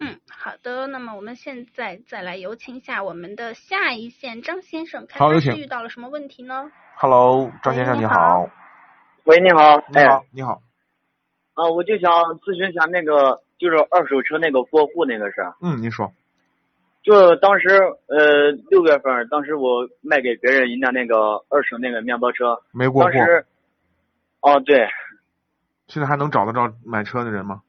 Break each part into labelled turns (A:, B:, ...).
A: 嗯的，那么我们现在再来有请下我们的下一线张先生，看
B: 好有
A: 他
B: 请
A: 是遇到了什么问题呢？
B: Hello，张先生
A: 喂你
B: 好。
C: 喂，你好，
B: 你
C: 哎，
B: 好，你好。
C: 啊，我就想咨询一下那个，就是二手车那个过户那个事儿。
B: 嗯，您说。
C: 就是当时，呃，六月份，当时我卖给别人人家那个二手那个面包车，
B: 没过
C: 当
B: 户，
C: 时，哦、对，
B: 现在还能找得着买车的人吗？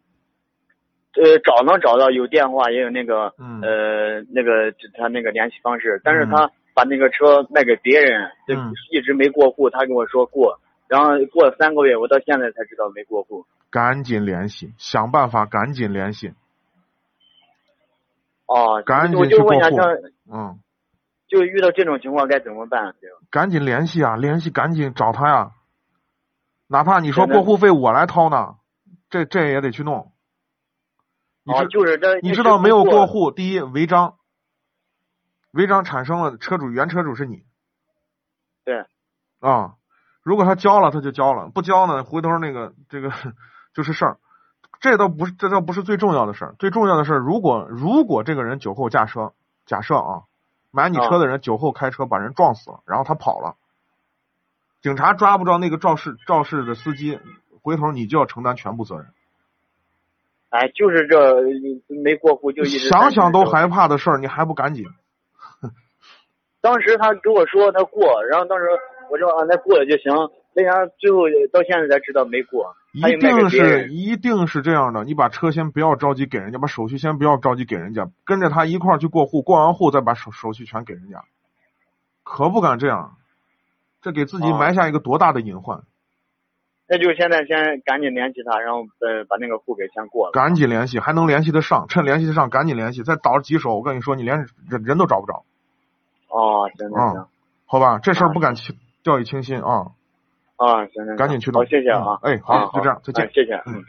C: 呃，找能找到，有电话，也有那个，
B: 嗯
C: 呃，那个他那个联系方式，但是
B: 嗯
C: 他把那个车卖给别人，就
B: 嗯
C: 一直没过户，他跟我说过，然后过了三个月，我到现在才知道没过户。
B: 赶紧联系，想办法赶紧联系。
C: 哦、
B: 赶紧
C: 我就
B: 去
C: 问一
B: 过
C: 下，
B: 户
C: 像
B: 嗯，
C: 就遇到这种情况该怎么办？对吧？
B: 赶紧联系啊，联系赶紧找他呀。哪怕你说
C: 真的
B: 过户费我来掏呢，这这也得去弄。你
C: 哦，
B: 知
C: 就是这，
B: 你知道没有过户，第一违章，违章产生了车主原车主是你。
C: 对。
B: 啊，如果他交了，他就交了；不交呢，回头那个这个就是事儿。这倒不是，这倒不是最重要的事儿。最重要的事儿，如果如果这个人酒后驾车，假设啊，买你车的
C: 啊
B: 人酒后开车把人撞死了，然后他跑了，警察抓不着那个肇事肇事的司机，回头你就要承担全部责任。
C: 哎，就是这没过户就一直
B: 想想都
C: 还。
B: 害怕的事儿，你还不赶紧？
C: 当时他跟我说他过，然后当时我说啊，那过了就行。那啥，最后到现在才知道没过。
B: 一
C: 还有卖给
B: 定
C: 别
B: 是
C: 人
B: 一定是这样的，你把车先不要着急给人家，把手续先不要着急给人家，跟着他一块儿去过户，过完户再把手手续全给人家，可不敢这样，这给自己
C: 哦
B: 埋下一个多大的隐患！
C: 那就是现在先赶紧联系他，然后呃把那个户给先过了。
B: 赶紧联系，还能联系得上，趁联系得上赶紧联系，再倒几手，我跟你说，你连人人都找不着，
C: 哦，行行
B: 嗯
C: 行，
B: 好吧？这事儿
C: 啊
B: 不敢轻掉以轻心啊，
C: 啊行行行，
B: 赶紧去弄
C: 好，谢谢啊
B: 嗯，哎
C: 啊
B: 好就这样再见
C: 哎谢谢，
B: 嗯
C: 嗯。